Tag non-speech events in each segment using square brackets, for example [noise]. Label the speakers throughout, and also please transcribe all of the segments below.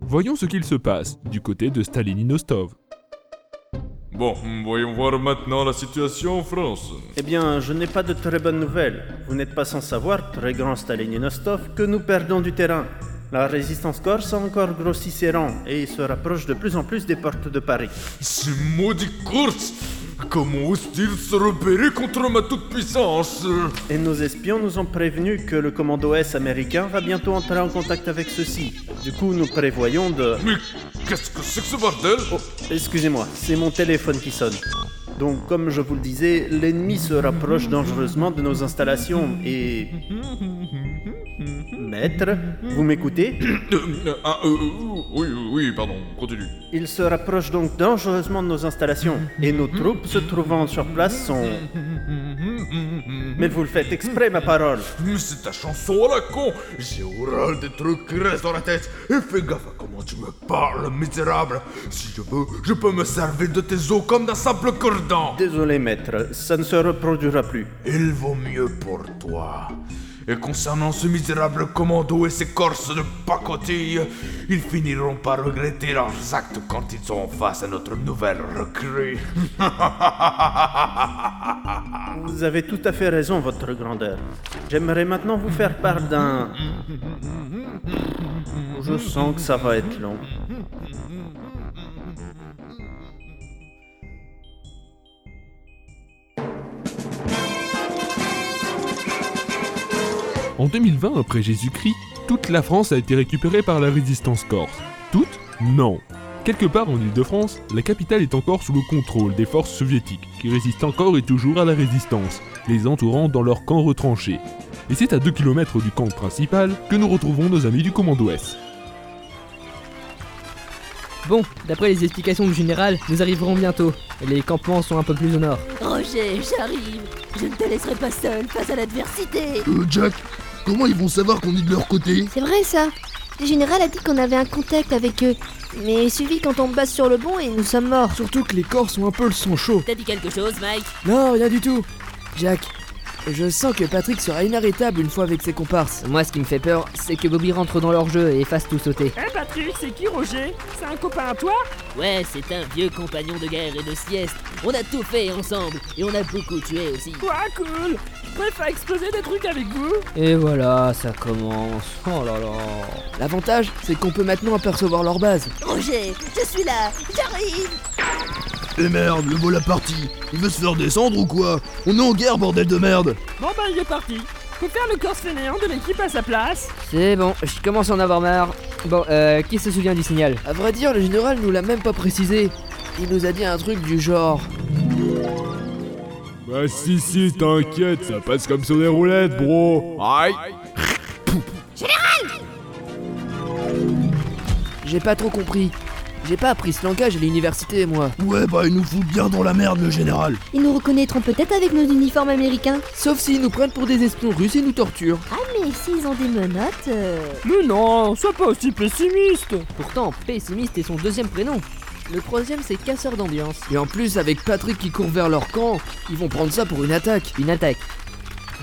Speaker 1: Voyons ce qu'il se passe du côté de Stalininostov.
Speaker 2: Bon, voyons voir maintenant la situation en France.
Speaker 3: Eh bien, je n'ai pas de très bonnes nouvelles. Vous n'êtes pas sans savoir, très grand Stalininostov, que nous perdons du terrain. La résistance corse a encore grossi ses rangs et se rapproche de plus en plus des portes de Paris.
Speaker 2: Ces maudits Corses Comment osent-ils se repérer contre ma toute-puissance
Speaker 3: Et nos espions nous ont prévenus que le commando S américain va bientôt entrer en contact avec ceux-ci. Du coup, nous prévoyons de...
Speaker 2: Mais qu'est-ce que c'est que ce bordel
Speaker 3: Oh, excusez-moi, c'est mon téléphone qui sonne. Donc, comme je vous le disais, l'ennemi se rapproche dangereusement de nos installations et... Maître, vous m'écoutez
Speaker 2: Euh, ah, euh, euh, oui, oui, pardon, continue.
Speaker 3: Il se rapproche donc dangereusement de nos installations, et nos troupes se trouvant sur place sont... Mais vous le faites exprès, ma parole
Speaker 2: Mais c'est ta chanson à la con J'ai oral des trucs qui restent dans la tête Et fais gaffe à comment tu me parles, misérable Si je veux, je peux me servir de tes os comme d'un simple cordon
Speaker 3: Désolé, maître, ça ne se reproduira plus.
Speaker 2: Il vaut mieux pour toi. Et concernant ce misérable commando et ses corses de pacotille, ils finiront par regretter leurs actes quand ils sont face à notre nouvelle recrue. [laughs]
Speaker 3: Vous avez tout à fait raison, votre grandeur. J'aimerais maintenant vous faire part d'un... Je sens que ça va être long.
Speaker 1: En 2020 après Jésus-Christ, toute la France a été récupérée par la résistance corse. Toute Non. Quelque part en Île-de-France, la capitale est encore sous le contrôle des forces soviétiques, qui résistent encore et toujours à la résistance, les entourant dans leur camp retranché. Et c'est à 2 km du camp principal que nous retrouvons nos amis du Commando S.
Speaker 4: Bon, d'après les explications du général, nous arriverons bientôt. Et les campements sont un peu plus au nord.
Speaker 5: Roger, j'arrive. Je ne te laisserai pas seul face à l'adversité.
Speaker 6: Euh, Jack, comment ils vont savoir qu'on est de leur côté
Speaker 7: C'est vrai ça Le général a dit qu'on avait un contact avec eux. Mais il suffit quand on passe sur le bon et nous sommes morts.
Speaker 8: Surtout que les Corses ont un peu le sang chaud.
Speaker 5: T'as dit quelque chose, Mike
Speaker 8: Non, rien du tout. Jack, je sens que Patrick sera inarrêtable une fois avec ses comparses.
Speaker 4: Moi, ce qui me fait peur, c'est que Bobby rentre dans leur jeu et fasse tout sauter.
Speaker 9: Hein Patrick, c'est qui Roger C'est un copain à toi
Speaker 5: Ouais, c'est un vieux compagnon de guerre et de sieste. On a tout fait ensemble et on a beaucoup tué aussi.
Speaker 9: Quoi, cool Je préfère exploser des trucs avec vous
Speaker 4: Et voilà, ça commence. Oh là là.
Speaker 8: L'avantage, c'est qu'on peut maintenant apercevoir leur base.
Speaker 5: Roger, je suis là, j'arrive.
Speaker 6: Eh merde, le vol a parti Il veut se faire descendre ou quoi On est en guerre, bordel de merde
Speaker 9: Bon bah il est parti Faut faire le corse fainéant de l'équipe à sa place
Speaker 4: C'est bon, je commence à en avoir marre. Bon, euh, qui se souvient du signal
Speaker 8: À vrai dire, le général nous l'a même pas précisé. Il nous a dit un truc du genre.
Speaker 10: Bah si si, t'inquiète, ça passe comme sur des roulettes, bro. Aïe.
Speaker 8: J'ai pas trop compris. J'ai pas appris ce langage à l'université, moi.
Speaker 6: Ouais, bah il nous fout bien dans la merde, le général
Speaker 7: Ils nous reconnaîtront peut-être avec nos uniformes américains.
Speaker 8: Sauf s'ils nous prennent pour des espions russes et nous torturent.
Speaker 7: Ah mais s'ils ont des menottes... euh,
Speaker 9: Mais non, sois pas aussi pessimiste
Speaker 4: Pourtant, pessimiste est son deuxième prénom. Le troisième, c'est casseur d'ambiance.
Speaker 8: Et en plus, avec Patrick qui court vers leur camp, ils vont prendre ça pour une attaque.
Speaker 4: Une attaque.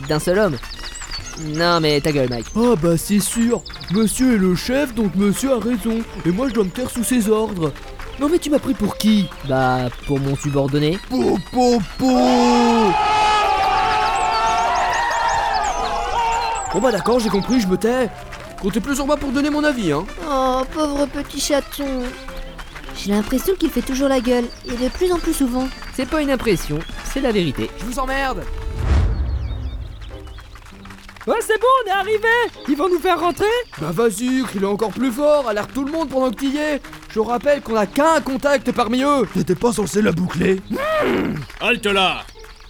Speaker 4: D'un seul homme. Non, mais ta gueule, Mike.
Speaker 8: Ah bah c'est sûr, monsieur est le chef donc monsieur a raison, et moi je dois me taire sous ses ordres. Non mais tu m'as pris pour qui
Speaker 4: Bah, pour mon subordonné.
Speaker 6: Po po po
Speaker 8: Bon bah d'accord, j'ai compris, je me tais. Comptez plus sur moi pour donner mon avis, hein.
Speaker 7: Oh, pauvre petit chaton. J'ai l'impression qu'il fait toujours la gueule, et de plus en plus souvent.
Speaker 4: C'est pas une impression, c'est la vérité.
Speaker 8: Je vous emmerde
Speaker 9: Oh c'est bon, on est arrivé Ils vont nous faire rentrer
Speaker 8: Bah vas-y, crie-le encore plus fort, alerte tout le monde pendant que t'y es. Je rappelle qu'on a qu'un contact parmi eux.
Speaker 6: T'étais pas censé la boucler
Speaker 11: Halte là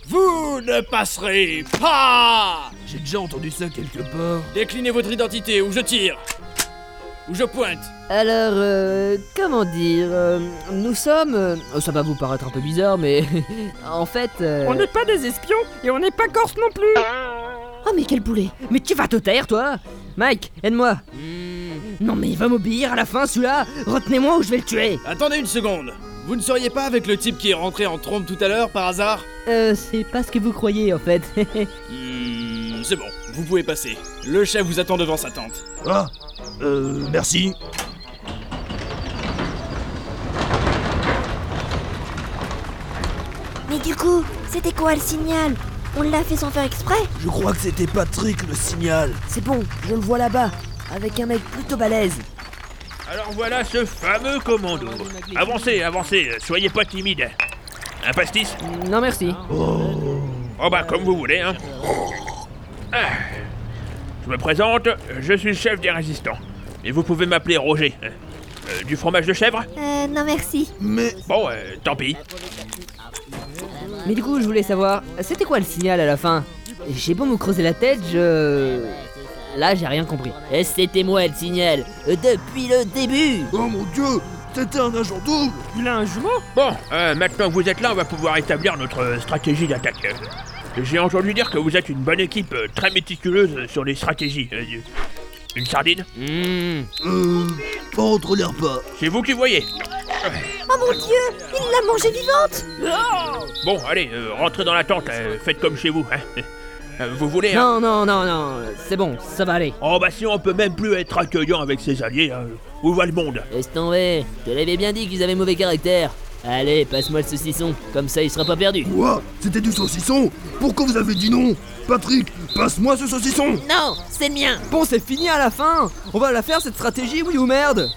Speaker 11: Vous ne passerez pas
Speaker 8: J'ai déjà entendu ça quelque part.
Speaker 11: Ah. Déclinez votre identité ou je tire Ou je pointe
Speaker 4: Alors, euh, comment dire euh, Nous sommes... euh, ça va vous paraître un peu bizarre, mais... [laughs] en fait... euh,
Speaker 9: On n'est pas des espions et on n'est pas corse non plus
Speaker 11: Ah.
Speaker 7: Oh mais quel boulet
Speaker 4: Mais tu vas te taire, toi Mike, aide-moi
Speaker 8: Hmm.
Speaker 4: Non mais il va m'obéir à la fin, celui-là Retenez-moi ou je vais le tuer
Speaker 8: Ah.
Speaker 11: Attendez une seconde Vous ne seriez pas avec le type qui est rentré en trompe tout à l'heure par hasard
Speaker 4: Euh, c'est pas ce que vous croyez, en fait. [laughs]
Speaker 11: Hmm, C'est bon, vous pouvez passer. Le chef vous attend devant sa tente.
Speaker 6: Ah Euh, merci
Speaker 7: Mais du coup, c'était quoi le signal On l'a fait sans faire exprès
Speaker 6: Je crois que c'était Patrick le signal.
Speaker 12: C'est bon, je le vois là-bas, avec un mec plutôt balèze.
Speaker 13: Alors voilà ce fameux commando. Avancez, avancez, soyez pas timide. Un pastis
Speaker 4: Non, merci.
Speaker 13: Oh bah comme vous voulez, hein. Ah. Je me présente, je suis le chef des résistants. Et vous pouvez m'appeler Roger. Euh, du fromage de chèvre
Speaker 7: Euh, non merci.
Speaker 13: Mais... Bon, euh, tant pis.
Speaker 4: Mais du coup, je voulais savoir, c'était quoi le signal à la fin J'ai beau me creuser la tête, je. Là, j'ai rien compris.
Speaker 5: Et C'était moi le signal, euh, depuis le début
Speaker 6: Oh mon dieu C'était un agent double
Speaker 13: Il a un jumeau Bon, euh, maintenant que vous êtes là, on va pouvoir établir notre euh, stratégie d'attaque. Euh, J'ai entendu dire que vous êtes une bonne équipe, euh, très méticuleuse euh, sur les stratégies. Euh, Une sardine
Speaker 6: Euh. Pas entre les repas.
Speaker 13: C'est vous qui voyez.
Speaker 7: Oh mon dieu Il l'a mangée vivante
Speaker 13: Bon, allez, euh, rentrez dans la tente, euh, faites comme chez vous. hein. Euh, vous voulez hein
Speaker 4: Non, non, non, non, c'est bon, ça va aller.
Speaker 13: Oh bah si on peut même plus être accueillant avec ses alliés, hein, où va le monde
Speaker 5: Laisse tomber, je te l'avais bien dit qu'ils avaient mauvais caractère. Allez, passe-moi le saucisson, comme ça il sera pas perdu.
Speaker 6: Quoi C'était du saucisson Pourquoi vous avez dit non Patrick, passe-moi ce saucisson
Speaker 5: Non, c'est le mien
Speaker 8: Bon, c'est fini à la fin On va la faire cette stratégie, oui ou merde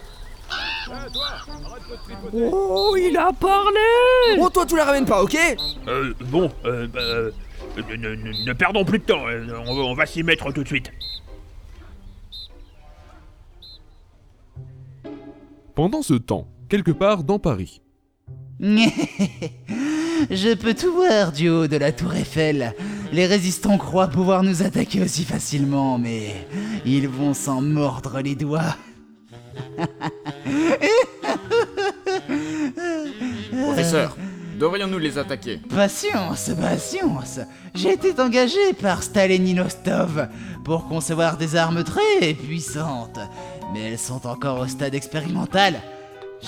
Speaker 8: Oh, il a parlé Bon, toi, tu la ramènes pas, ok
Speaker 13: Euh, bon, euh, bah, euh, ne, ne- ne- ne perdons plus de temps, euh, on, va- on va s'y mettre tout de suite.
Speaker 1: Pendant ce temps, quelque part dans Paris,
Speaker 14: [laughs] Je peux tout voir du haut de la tour Eiffel. Les résistants croient pouvoir nous attaquer aussi facilement, mais ils vont s'en mordre les doigts.
Speaker 15: Professeur, devrions-nous les attaquer
Speaker 14: Patience, patience. J'ai été engagé par Stalinilostov pour concevoir des armes très puissantes, mais elles sont encore au stade expérimental.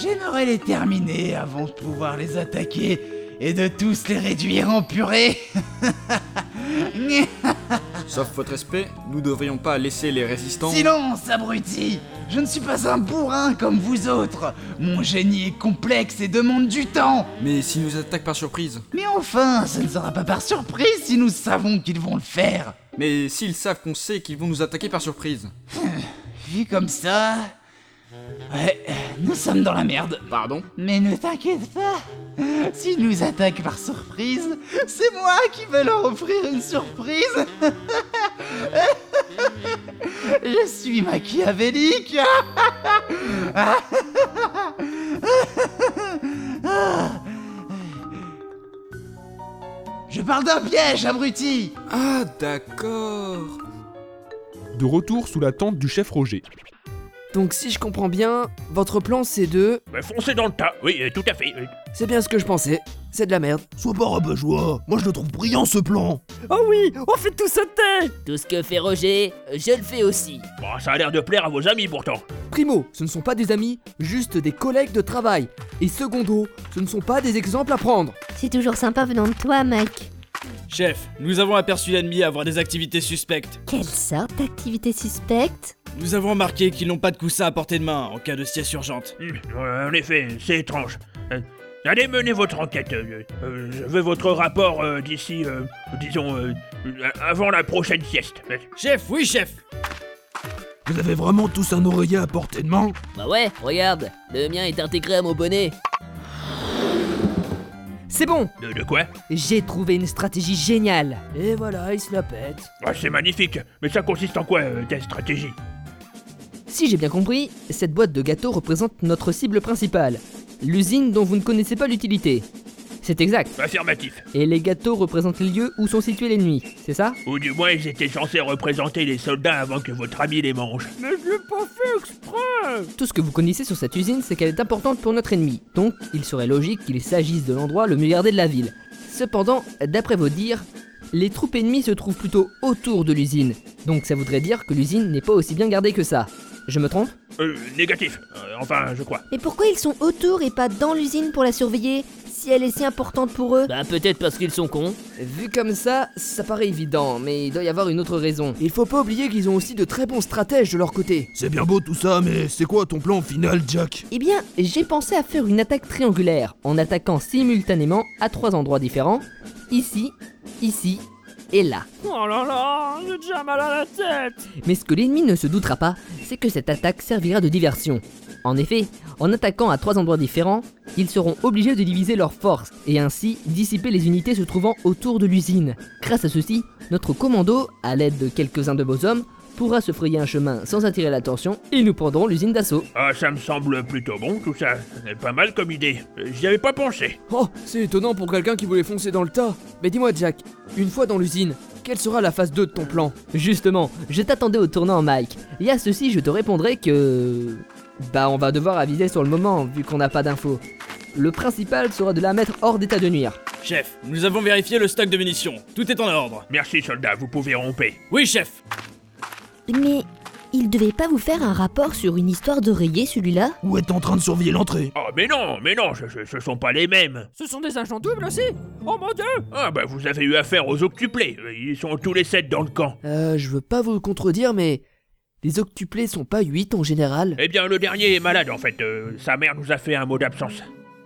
Speaker 14: J'aimerais les terminer avant de pouvoir les attaquer et de tous les réduire en purée. [laughs]
Speaker 15: Sauf votre respect, nous devrions pas laisser les résistants.
Speaker 14: Silence, abruti Je ne suis pas un bourrin comme vous autres. Mon génie est complexe et demande du temps.
Speaker 15: Mais s'ils nous attaquent par surprise
Speaker 14: Mais enfin, ce ne sera pas par surprise si nous savons qu'ils vont le faire.
Speaker 15: Mais s'ils savent qu'on sait qu'ils vont nous attaquer par surprise
Speaker 14: Hum, Vu comme ça... Ouais, nous sommes dans la merde.
Speaker 15: Pardon
Speaker 14: Mais ne t'inquiète pas. S'ils nous attaquent par surprise, c'est moi qui vais leur offrir une surprise. Je suis machiavélique. Je parle d'un piège, abruti.
Speaker 15: Ah, d'accord.
Speaker 1: de retour sous la tente du chef Roger.
Speaker 12: Donc si je comprends bien, votre plan c'est de...
Speaker 13: Bah, foncez dans le tas, oui, euh, tout à fait. euh.
Speaker 12: C'est bien ce que je pensais, c'est de la merde.
Speaker 6: Sois pas rabat-joie, moi je le trouve brillant ce plan.
Speaker 5: Oh oui, on fait tout sauter Tout ce que fait Roger, je le fais aussi.
Speaker 13: Bon, Bah, ça a l'air de plaire à vos amis pourtant.
Speaker 8: Primo, ce ne sont pas des amis, juste des collègues de travail. Et secondo, ce ne sont pas des exemples à prendre.
Speaker 7: C'est toujours sympa venant de toi, Mac.
Speaker 11: Chef, nous avons aperçu l'ennemi avoir des activités suspectes.
Speaker 7: Quelle sorte d'activité suspecte
Speaker 11: Nous avons remarqué qu'ils n'ont pas de coussin à portée de main en cas de sieste urgente.
Speaker 13: Hmm, euh, en effet, c'est étrange. Euh, allez mener votre enquête. euh, euh, je veux votre rapport euh, d'ici, euh, disons, euh, euh, avant la prochaine sieste.
Speaker 11: Chef, oui, chef
Speaker 6: Vous avez vraiment tous un oreiller à portée de main
Speaker 5: Bah ouais, regarde, le mien est intégré à mon bonnet.
Speaker 12: C'est bon,
Speaker 13: De, de quoi
Speaker 12: j'ai trouvé une stratégie géniale. Et voilà, il se la pète.
Speaker 13: Ah, C'est magnifique, mais ça consiste en quoi, euh, ta stratégie
Speaker 4: Si j'ai bien compris, cette boîte de gâteaux représente notre cible principale, l'usine dont vous ne connaissez pas l'utilité. C'est exact.
Speaker 13: Affirmatif.
Speaker 4: Et les gâteaux représentent les lieux où sont situés l'ennemi, c'est ça
Speaker 13: Ou du moins, ils étaient censés représenter les soldats avant que votre ami les mange.
Speaker 9: Mais je l'ai pas fait exprès
Speaker 4: Tout ce que vous connaissez sur cette usine, c'est qu'elle est importante pour notre ennemi, donc il serait logique qu'il s'agisse de l'endroit le mieux gardé de la ville. Cependant, d'après vos dires, les troupes ennemies se trouvent plutôt autour de l'usine, donc ça voudrait dire que l'usine n'est pas aussi bien gardée que ça. Je me trompe
Speaker 13: Euh, négatif, euh, enfin, je crois.
Speaker 7: Mais pourquoi ils sont autour et pas dans l'usine pour la surveiller si elle est si importante pour eux
Speaker 5: Bah peut-être parce qu'ils sont cons.
Speaker 4: Vu comme ça, ça paraît évident, mais il doit y avoir une autre raison. Il faut pas oublier qu'ils ont aussi de très bons stratèges de leur côté.
Speaker 6: C'est bien beau tout ça, mais c'est quoi ton plan final, Jack
Speaker 4: Eh bien, j'ai pensé à faire une attaque triangulaire en attaquant simultanément à trois endroits différents. Ici, ici et là.
Speaker 9: Oh là là, j'ai déjà mal à la tête
Speaker 4: Mais ce que l'ennemi ne se doutera pas, c'est que cette attaque servira de diversion. En effet, en attaquant à trois endroits différents, ils seront obligés de diviser leurs forces et ainsi dissiper les unités se trouvant autour de l'usine. Grâce à ceci, notre commando, à l'aide de quelques-uns de vos hommes, pourra se frayer un chemin sans attirer l'attention et nous prendrons l'usine d'assaut.
Speaker 13: Ah, ça me semble plutôt bon tout ça. C'est Pas mal comme idée. Euh, J'y avais pas pensé.
Speaker 12: Oh, c'est étonnant pour quelqu'un qui voulait foncer dans le tas. Mais dis-moi, Jack, une fois dans l'usine, quelle sera la phase 2 de ton plan
Speaker 4: Justement, je t'attendais au tournant, Mike. Et à ceci, je te répondrai que... Bah, on va devoir aviser sur le moment, vu qu'on n'a pas d'infos. Le principal sera de la mettre hors d'état de nuire.
Speaker 11: Chef, nous avons vérifié le stock de munitions. Tout est en ordre.
Speaker 13: Merci, soldat, vous pouvez romper.
Speaker 11: Oui, chef.
Speaker 7: Mais il devait pas vous faire un rapport sur une histoire d'oreiller, celui-là
Speaker 6: Ou est en train de surveiller l'entrée
Speaker 13: Oh, mais non, mais non, ce, ce- ce sont pas les mêmes.
Speaker 9: Ce sont des agents doubles aussi Oh mon dieu
Speaker 13: Ah, bah vous avez eu affaire aux octuplés. Euh, Ils sont tous les sept dans le camp.
Speaker 12: Euh, je veux pas vous contredire, mais les octuplés sont pas 8 en général.
Speaker 13: Eh bien, le dernier est malade en fait. Euh, sa mère nous a fait un mot d'absence.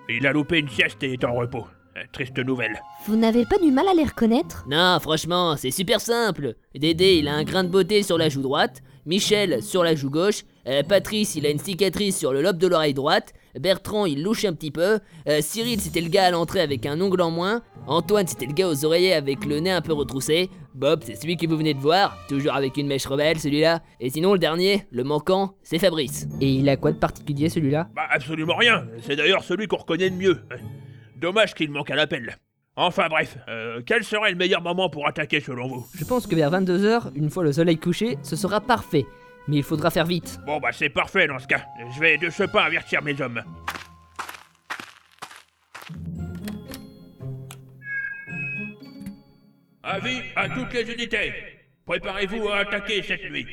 Speaker 13: Il a loupé une sieste et est en repos. Euh, Triste nouvelle.
Speaker 7: Vous n'avez pas du mal à les reconnaître
Speaker 5: Non, franchement, c'est super simple. Dédé, il a un grain de beauté sur la joue droite, Michel sur la joue gauche, euh, Patrice, il a une cicatrice sur le lobe de l'oreille droite, Bertrand, il louche un petit peu, euh, Cyril, c'était le gars à l'entrée avec un ongle en moins, Antoine, c'était le gars aux oreillers avec le nez un peu retroussé, Bob, c'est celui que vous venez de voir, toujours avec une mèche rebelle celui-là, et sinon le dernier, le manquant, c'est Fabrice.
Speaker 4: Et il a quoi de particulier celui-là
Speaker 13: Bah, absolument rien. C'est d'ailleurs celui qu'on reconnaît le mieux. Euh, Dommage qu'il manque à l'appel. Enfin bref, euh, quel serait le meilleur moment pour attaquer selon vous
Speaker 4: Je pense que vers 22h, une fois le soleil couché, ce sera parfait. Mais il faudra faire vite.
Speaker 13: Bon bah c'est parfait dans ce cas. Je vais de ce pas avertir mes hommes. Avis à toutes les unités. Préparez-vous à attaquer cette nuit.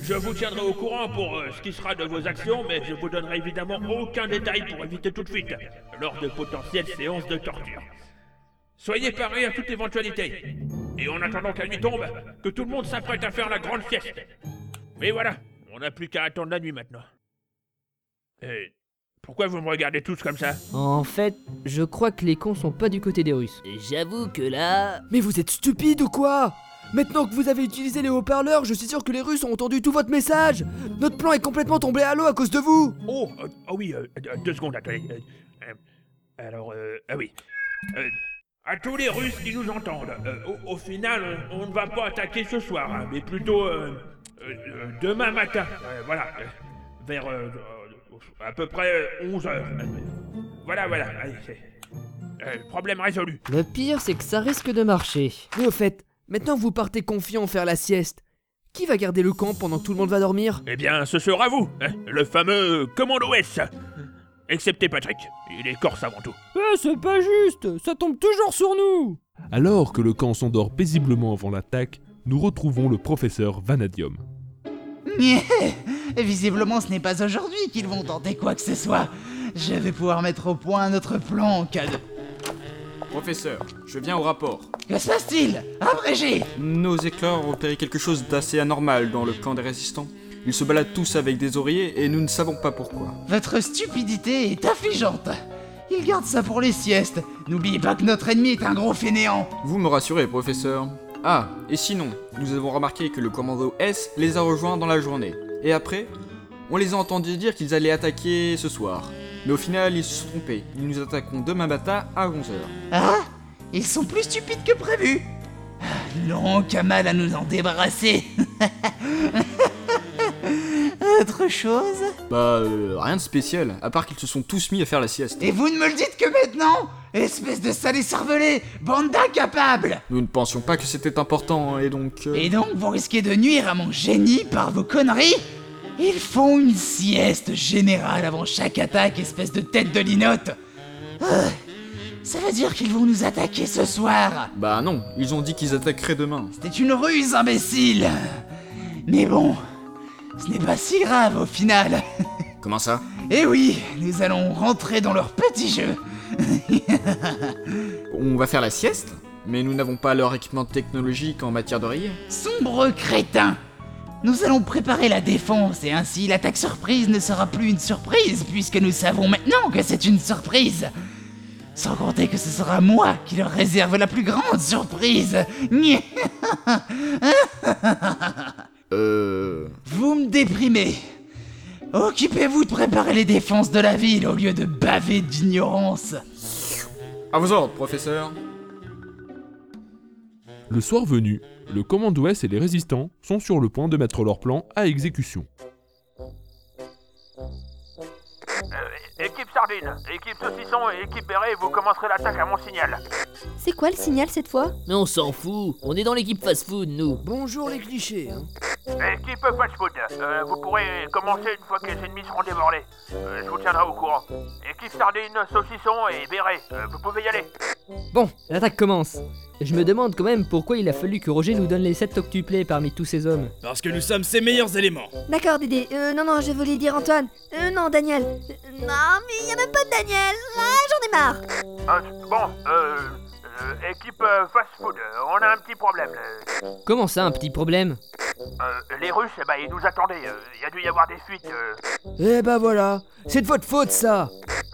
Speaker 13: Je vous tiendrai au courant pour euh, ce qui sera de vos actions, mais je vous donnerai évidemment aucun détail pour éviter toute fuite lors de potentielles séances de torture. Soyez parés à toute éventualité. Et en attendant que la nuit tombe, que tout le monde s'apprête à faire la grande sieste. Mais voilà, on n'a plus qu'à attendre la nuit maintenant. Euh, pourquoi vous me regardez tous comme ça
Speaker 4: En fait, je crois que les cons sont pas du côté des Russes.
Speaker 5: J'avoue que là...
Speaker 12: Mais vous êtes stupide ou quoi Maintenant que vous avez utilisé les haut-parleurs, je suis sûr que les Russes ont entendu tout votre message Notre plan est complètement tombé à l'eau à cause de vous
Speaker 13: Oh, euh, ah oui, euh, euh, deux secondes, attendez. Euh, euh, alors, euh, ah oui. Euh, à tous les Russes qui nous entendent, euh, au, au final, on on ne va pas attaquer ce soir, hein, mais plutôt euh, euh, euh, demain matin. Euh, voilà, euh, vers euh, euh, à peu près 11h. voilà, voilà. allez, c'est- euh, problème résolu.
Speaker 4: Le pire, c'est que ça risque de marcher.
Speaker 12: Mais au fait, maintenant que vous partez confiant faire la sieste, qui va garder le camp pendant que tout le monde va dormir
Speaker 13: Eh bien, ce sera vous, hein, le fameux Commando S. Excepté Patrick, il est corse avant tout.
Speaker 9: Eh, c'est pas juste Ça tombe toujours sur nous
Speaker 1: Alors que le camp s'endort paisiblement avant l'attaque, nous retrouvons le professeur Vanadium.
Speaker 14: [laughs] Visiblement, ce n'est pas aujourd'hui qu'ils vont tenter quoi que ce soit. Je vais pouvoir mettre au point notre plan en cas de...
Speaker 15: Professeur, je viens au rapport.
Speaker 14: Que se passe-t-il Abrégé
Speaker 15: Nos éclats ont repéré quelque chose d'assez anormal dans le camp des résistants. Ils se baladent tous avec des oreillers et nous ne savons pas pourquoi.
Speaker 14: Votre stupidité est affligeante. Ils gardent ça pour les siestes. N'oubliez pas que notre ennemi est un gros fainéant.
Speaker 15: Vous me rassurez, professeur. Ah, et sinon, nous avons remarqué que le commando S les a rejoints dans la journée. Et après, on les a entendus dire qu'ils allaient attaquer ce soir. Mais au final, ils se sont trompés. Ils nous attaqueront demain matin à 11h.
Speaker 14: Ah Ils sont plus stupides que prévu. Long mal à nous en débarrasser. [laughs] Autre chose
Speaker 15: Bah, euh, rien de spécial, à part qu'ils se sont tous mis à faire la sieste.
Speaker 14: Et vous ne me le dites que maintenant Espèce de salé cervelé Bande d'incapables
Speaker 15: Nous ne pensions pas que c'était important, et donc... euh,
Speaker 14: Et donc vous risquez de nuire à mon génie par vos conneries Ils font une sieste générale avant chaque attaque, espèce de tête de linotte Ah, Ça veut dire qu'ils vont nous attaquer ce soir
Speaker 15: Bah non, ils ont dit qu'ils attaqueraient demain.
Speaker 14: C'est une ruse, imbécile Mais bon, ce n'est pas si grave au final
Speaker 15: Comment ça
Speaker 14: Eh oui, nous allons rentrer dans leur petit jeu
Speaker 15: [laughs] On va faire la sieste, mais nous n'avons pas leur équipement technologique en matière d'oreiller.
Speaker 14: Sombre crétin Nous allons préparer la défense et ainsi l'attaque surprise ne sera plus une surprise puisque nous savons maintenant que c'est une surprise Sans compter que ce sera moi qui leur réserve la plus grande surprise [laughs] Gna.
Speaker 15: Euh.
Speaker 14: Vous me déprimez Occupez-vous de préparer les défenses de la ville au lieu de baver d'ignorance
Speaker 15: À vos ordres, professeur.
Speaker 1: Le soir venu, le commando S et les résistants sont sur le point de mettre leur plan à exécution.
Speaker 13: Euh, Équipe Sardine, équipe Saucisson et équipe Béret, vous commencerez l'attaque à mon signal.
Speaker 7: C'est quoi le signal cette fois
Speaker 5: Mais on s'en fout, on est dans l'équipe fast-food, nous.
Speaker 12: Bonjour les clichés. hein.
Speaker 13: Équipe Fast Food, euh, vous pourrez commencer une fois que les ennemis seront dévorés. Euh, je vous tiendrai au courant. Équipe Sardine, Saucisson et Béret, euh, vous pouvez y aller.
Speaker 4: Bon, l'attaque commence. Je me demande quand même pourquoi il a fallu que Roger nous donne les 7 octuplés parmi tous ces hommes.
Speaker 11: Parce que nous sommes ses meilleurs éléments.
Speaker 7: D'accord, Dédé. Euh, non, non, je voulais dire Antoine. Euh, non, Daniel. Euh, non, mais y en a pas de Daniel. Ah, j'en ai marre.
Speaker 13: Hein, bon, euh, euh, équipe euh, Fast Food, euh, on a un petit problème. euh.
Speaker 4: Comment ça, un petit problème
Speaker 13: Euh, les Russes, eh ben, ils nous attendaient. Il y a dû y avoir des fuites. euh.
Speaker 12: Eh ben voilà, c'est de votre faute ça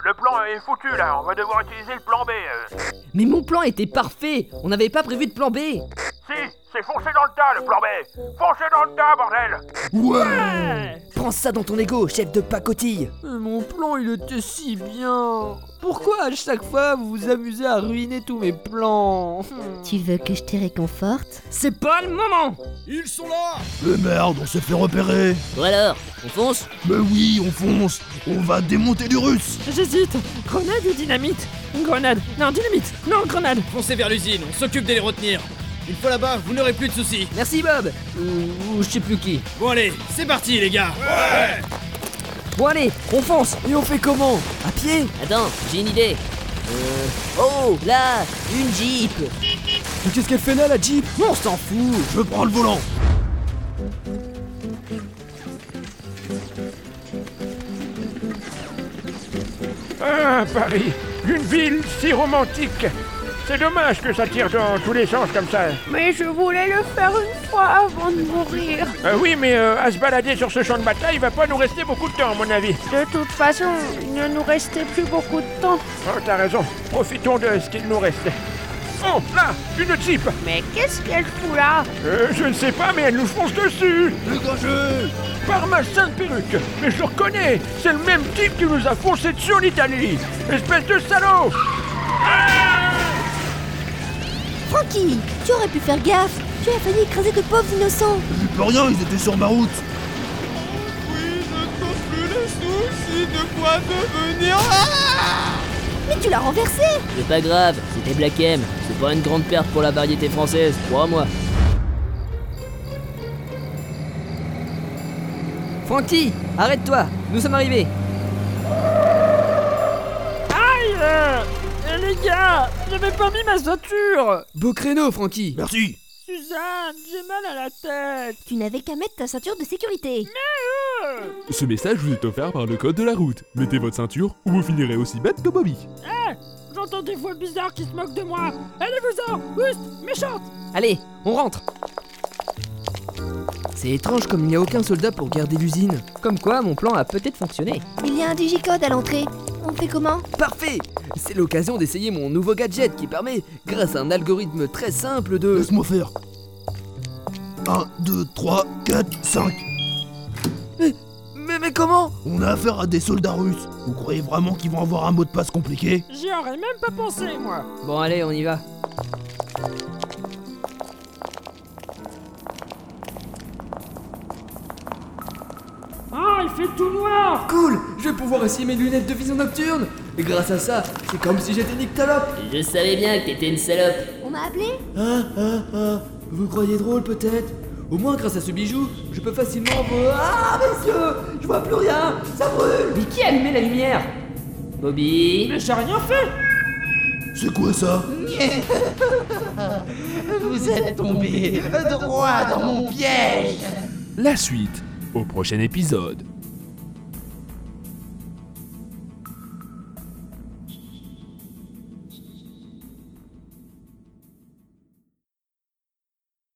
Speaker 13: Le plan est foutu là, on va devoir utiliser le plan B. euh.
Speaker 4: Mais mon plan était parfait On n'avait pas prévu de plan B
Speaker 13: Si, c'est foncer dans le tas le plan B. Foncez dans le tas, bordel.
Speaker 12: Ouais Prends ça dans ton ego, chef de pacotille
Speaker 8: Mon plan, il était si bien. Pourquoi à chaque fois vous vous amusez à ruiner tous mes plans
Speaker 7: Tu veux que je te réconforte
Speaker 8: C'est pas le moment
Speaker 11: Ils sont là
Speaker 6: Eh merde, on s'est fait repérer
Speaker 5: Bon alors, on fonce
Speaker 6: Mais oui, on fonce On va démonter les Russes
Speaker 9: J'hésite. Grenade ou dynamite Grenade. Non, dynamite. Non, grenade.
Speaker 11: Foncez vers l'usine, on s'occupe de les retenir. Une fois là-bas, vous n'aurez plus de soucis.
Speaker 4: Merci Bob Ou, ou je sais plus qui. Euh.
Speaker 11: Bon allez, c'est parti les gars
Speaker 4: Bon allez, on fonce
Speaker 12: Et on fait comment À pied
Speaker 5: Attends, j'ai une idée. Euh... Oh, là, une Jeep
Speaker 12: Mais qu'est-ce qu'elle fait là, la Jeep
Speaker 4: On s'en fout
Speaker 6: Je prends le volant
Speaker 13: Ah, Paris Une ville si romantique C'est dommage que ça tire dans tous les sens comme ça.
Speaker 9: Mais je voulais le faire une fois avant de mourir.
Speaker 13: Euh, oui, mais euh, à se balader sur ce champ de bataille, il va pas nous rester beaucoup de temps, à mon avis.
Speaker 9: De toute façon, il ne nous restait plus beaucoup de temps.
Speaker 13: Oh, t'as raison. Profitons de ce qu'il nous reste. Oh, là Une Jeep
Speaker 9: Mais qu'est-ce qu'elle fout là
Speaker 13: Euh, Je ne sais pas, mais elle nous fonce dessus
Speaker 6: Dégagez
Speaker 13: Par ma sainte perruque Mais je le reconnais C'est le même type qui nous a foncé dessus en Italie Espèce de salaud
Speaker 7: Francky, tu aurais pu faire gaffe. Tu as failli écraser de pauvres innocents.
Speaker 6: J'ai plus rien, ils étaient sur ma route
Speaker 7: Mais tu l'as renversé.
Speaker 5: C'est pas grave, c'était Black M. C'est pas une grande perte pour la variété française, crois-moi.
Speaker 4: Francky, arrête-toi Nous sommes arrivés
Speaker 9: Aïe Eh, Les gars, j'avais pas mis ma ceinture
Speaker 12: Beau créneau, Francky
Speaker 6: Merci
Speaker 9: Suzanne, j'ai mal à la tête
Speaker 7: Tu n'avais qu'à mettre ta ceinture de sécurité.
Speaker 1: Ce message vous est offert par le code de la route. Mettez votre ceinture ou vous finirez aussi bête que Bobby.
Speaker 9: eh, J'entends des voix bizarres qui se moquent de moi Allez-vous-en Juste Méchante
Speaker 4: Allez, on rentre
Speaker 8: C'est étrange comme il n'y a aucun soldat pour garder l'usine.
Speaker 4: Comme quoi, mon plan a peut-être fonctionné.
Speaker 7: Il y a un digicode à l'entrée. On fait comment
Speaker 8: Parfait C'est l'occasion d'essayer mon nouveau gadget qui permet, grâce à un algorithme très simple de...
Speaker 6: Laisse-moi faire 1, 2, 3, 4, 5
Speaker 8: Mais, mais comment
Speaker 6: On a affaire à des soldats russes Vous croyez vraiment qu'ils vont avoir un mot de passe compliqué
Speaker 9: J'y aurais même pas pensé, moi
Speaker 4: Bon allez, on y va.
Speaker 9: Ah, il fait tout noir
Speaker 8: Cool Je vais pouvoir essayer mes lunettes de vision nocturne Et grâce à ça, c'est comme si j'étais nyctalope
Speaker 5: Je savais bien que t'étais une salope.
Speaker 7: On m'a appelé
Speaker 8: Ah, ah, ah Vous croyez drôle peut-être Au moins grâce à ce bijou, je peux facilement me... Ah, messieurs Je vois plus rien Ça brûle
Speaker 4: Mais qui a allumé la lumière Bobby
Speaker 9: Mais j'ai rien fait
Speaker 6: C'est quoi ça
Speaker 14: Vous êtes tombé droit dans mon piège
Speaker 1: La suite, au prochain épisode.